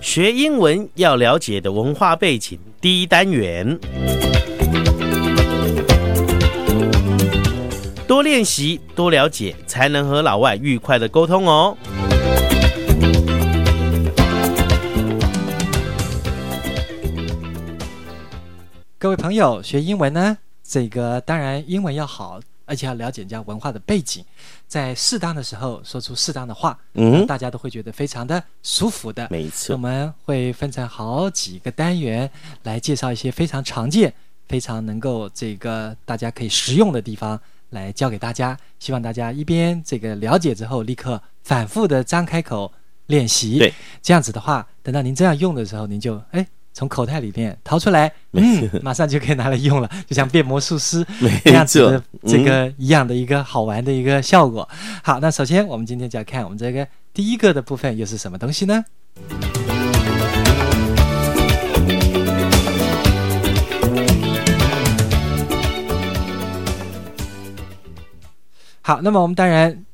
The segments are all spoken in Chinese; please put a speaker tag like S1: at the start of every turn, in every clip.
S1: 学英文要了解的文化背景第一单元，多练习、多了解，才能和老外愉快的沟通哦。
S2: 各位朋友，学英文呢，这个当然英文要好，而且要了解人家文化的背景，在适当的时候说出适当的话，
S1: 嗯
S2: 大家都会觉得非常的舒服的。
S1: 没
S2: 我
S1: 错，
S2: 们会分成好几个单元来介绍一些非常常见、非常能够这个大家可以实用的地方来教给大家。希望大家一边这个了解之后，立刻反复的张开口练习。
S1: 对，
S2: 这样子的话，等到您真要用的时候，您就哎从口袋里面掏出来，嗯，马上就可以拿来用了，就像变魔术师 这样子的
S1: 没错嗯
S2: 这个一样的一个好玩的一个效果。好，那首先我们今天就要看我们这个第一个的部分又是什么东西呢？好，那么我们当然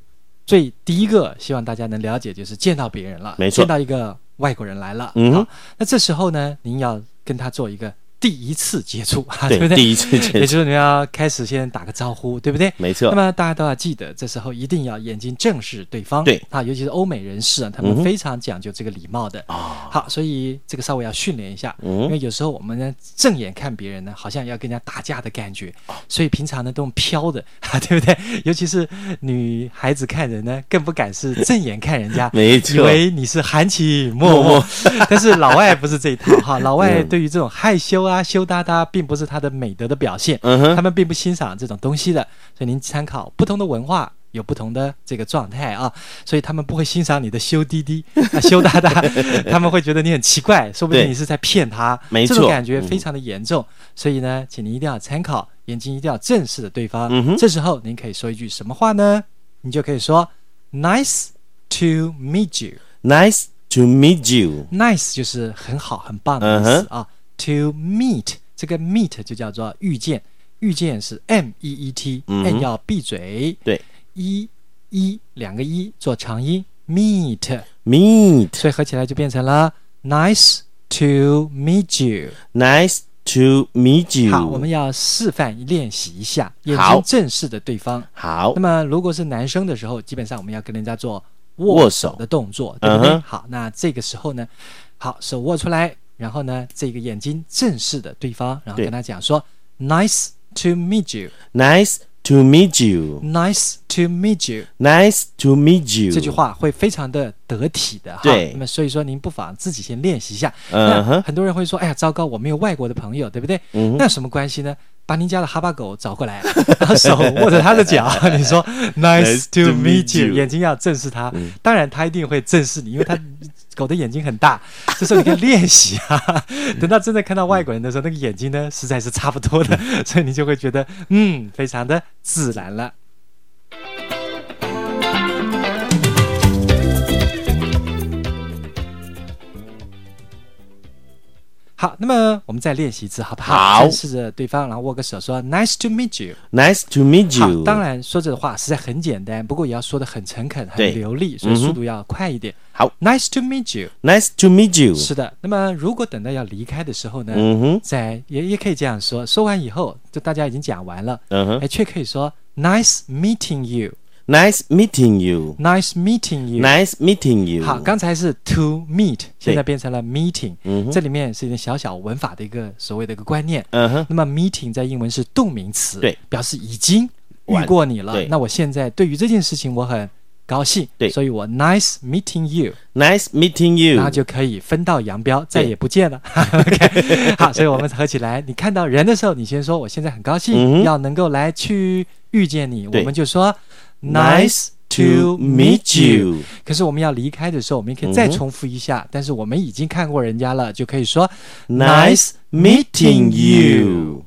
S2: 最第一个希望大家能了解就是见到别人了，
S1: 没错
S2: 见到一个外国人来了，
S1: 嗯哼
S2: 好，那这时候呢，您要跟他做一个第一次接触， 啊对不
S1: 对，
S2: 对？
S1: 第一次
S2: 也
S1: 接
S2: 就
S1: 触，
S2: 是你要开始先打个招呼，对不对？
S1: 没
S2: 那
S1: 错，
S2: 么大家都要记得，这时候一定要眼睛正视对方。
S1: 对
S2: 啊，尤其是欧美人士啊，他
S1: 嗯
S2: 们
S1: 哼
S2: 非常讲究这个礼貌的。
S1: 啊，
S2: 好，所以这个稍微要训练一下，因
S1: 嗯，
S2: 为有时候我们呢正眼看别人呢，好像要跟人家打架的感觉，所以平常呢都用飘的， 啊，对不对？尤其是女孩子看人呢，更不敢是正眼看人家
S1: 没
S2: 以
S1: 错，
S2: 为你是含情脉
S1: 默嗯
S2: 脉， 但是老外不是这一套哈，老外对于这种害羞啊、羞答答，并不是他的美德的表现，
S1: 嗯
S2: 他
S1: 哼，
S2: 们并不欣赏这种东西的，所以您参考不同的文化。有不同的这个状态啊，所以他们不会欣赏你的羞滴滴、啊、羞答 答，他们会觉得你很奇怪，说不定
S1: 对
S2: 你是在骗他。
S1: 没
S2: 这
S1: 错嗯
S2: 种感觉非常的严重。所以呢，请您一定要参考，眼睛一定要正视着对方。
S1: 嗯哼
S2: 这时候您可以说一句什么话呢？你就可以说 “Nice to meet you”。
S1: ，Nice to meet you，
S2: Nice 就是很好、很棒的
S1: 嗯
S2: 意思啊。To meet 这个 meet 就叫做遇见，遇见是 M E E
S1: 嗯
S2: T，N、
S1: 哼
S2: 要闭嘴，
S1: 对
S2: 一一两个一做长音，meet，
S1: ，meet，Nice
S2: 所以合起来就变成了 Nice to meet you。
S1: to meet you，
S2: 好，我们要示范练习一下，眼
S1: 好
S2: 睛正视着对方。
S1: 好
S2: 那，么如果是男生的时候，基本上我们要跟人家做
S1: 握
S2: 握
S1: 手
S2: 手的动作，对不
S1: 嗯
S2: 对？
S1: 哼
S2: 好，那这个时候呢，好，手握出来，然后呢，这个眼睛正视的对方，然后
S1: 对
S2: 跟他讲说，Nice to meet you,
S1: ，Nice to meet you，Nice
S2: Nice to meet you。
S1: to meet you，
S2: 这句，话会非常的得体的哈。
S1: 对
S2: 那么所以说您不妨自己先练习一下。那
S1: 嗯哼，
S2: 很多人会说，哎呀，糟糕，我没有外国的朋友，对不对？
S1: 嗯哼
S2: 那有什么关系呢？把您家的哈巴狗找过来， 然后手握着它的脚，你说 “Nice
S1: to
S2: to meet
S1: meet
S2: you”，
S1: you
S2: 眼睛要正视它。
S1: 嗯
S2: 当然，它一定会正视你，因为它狗的眼睛很大，这时候你可以练习啊。 等到真的看到外国人的时候，那个眼睛呢，实在是差不多的， 所以你就会觉得嗯，非常的自然了。好，那么我们再练习一次，好不好？
S1: 好
S2: 正视着对方，然后握个手，说 “Nice to meet you”。
S1: Nice to meet
S2: 好
S1: you，，
S2: 当然说这话实在很简单，不过也要说的很诚恳、
S1: 对
S2: 很流利，所以
S1: 嗯哼
S2: 速度要快一点。
S1: 好嗯
S2: ，Nice to meet you。
S1: ，Nice to meet you，Mm-hmm,
S2: 是的，那么如果等到要离开的时候呢，
S1: 嗯哼，
S2: 在也也可以这样说，说完以后就大家已经讲完了，
S1: 嗯
S2: 哎，
S1: 哼
S2: 却可以说 Nice meeting
S1: ，Nice
S2: you，Nice
S1: meeting you。
S2: meeting you。
S1: Nice meeting you。
S2: 好，刚才是 to meet，现
S1: 对
S2: 在变成了 meeting，
S1: 嗯哼
S2: 这里面是一点小小文法的一个所谓的一个观念。
S1: 嗯哼，
S2: 那么 meeting 在英文是动名词，
S1: 对，
S2: 表示已经遇
S1: 完
S2: 过你了
S1: 对。
S2: 那我现在对于这件事情我很高兴，
S1: 对
S2: 所以我 nice meeting you，
S1: Nice meeting you。
S2: 然后就可以分道扬镳，再
S1: 对
S2: 也不 见了。OK，好，所以我们合起来，你看到人的时候，你先说我现在很高
S1: 嗯
S2: 兴，
S1: 哼
S2: 要能够来去遇见你，我
S1: 对
S2: 们就说
S1: Nice
S2: nice
S1: to
S2: to
S1: meet
S2: meet you。
S1: you。
S2: 可是我们要离开的时候，我们可以再
S1: 嗯哼
S2: 重复一下，但是我们已经看过人家了，就可以说
S1: Nice meeting you。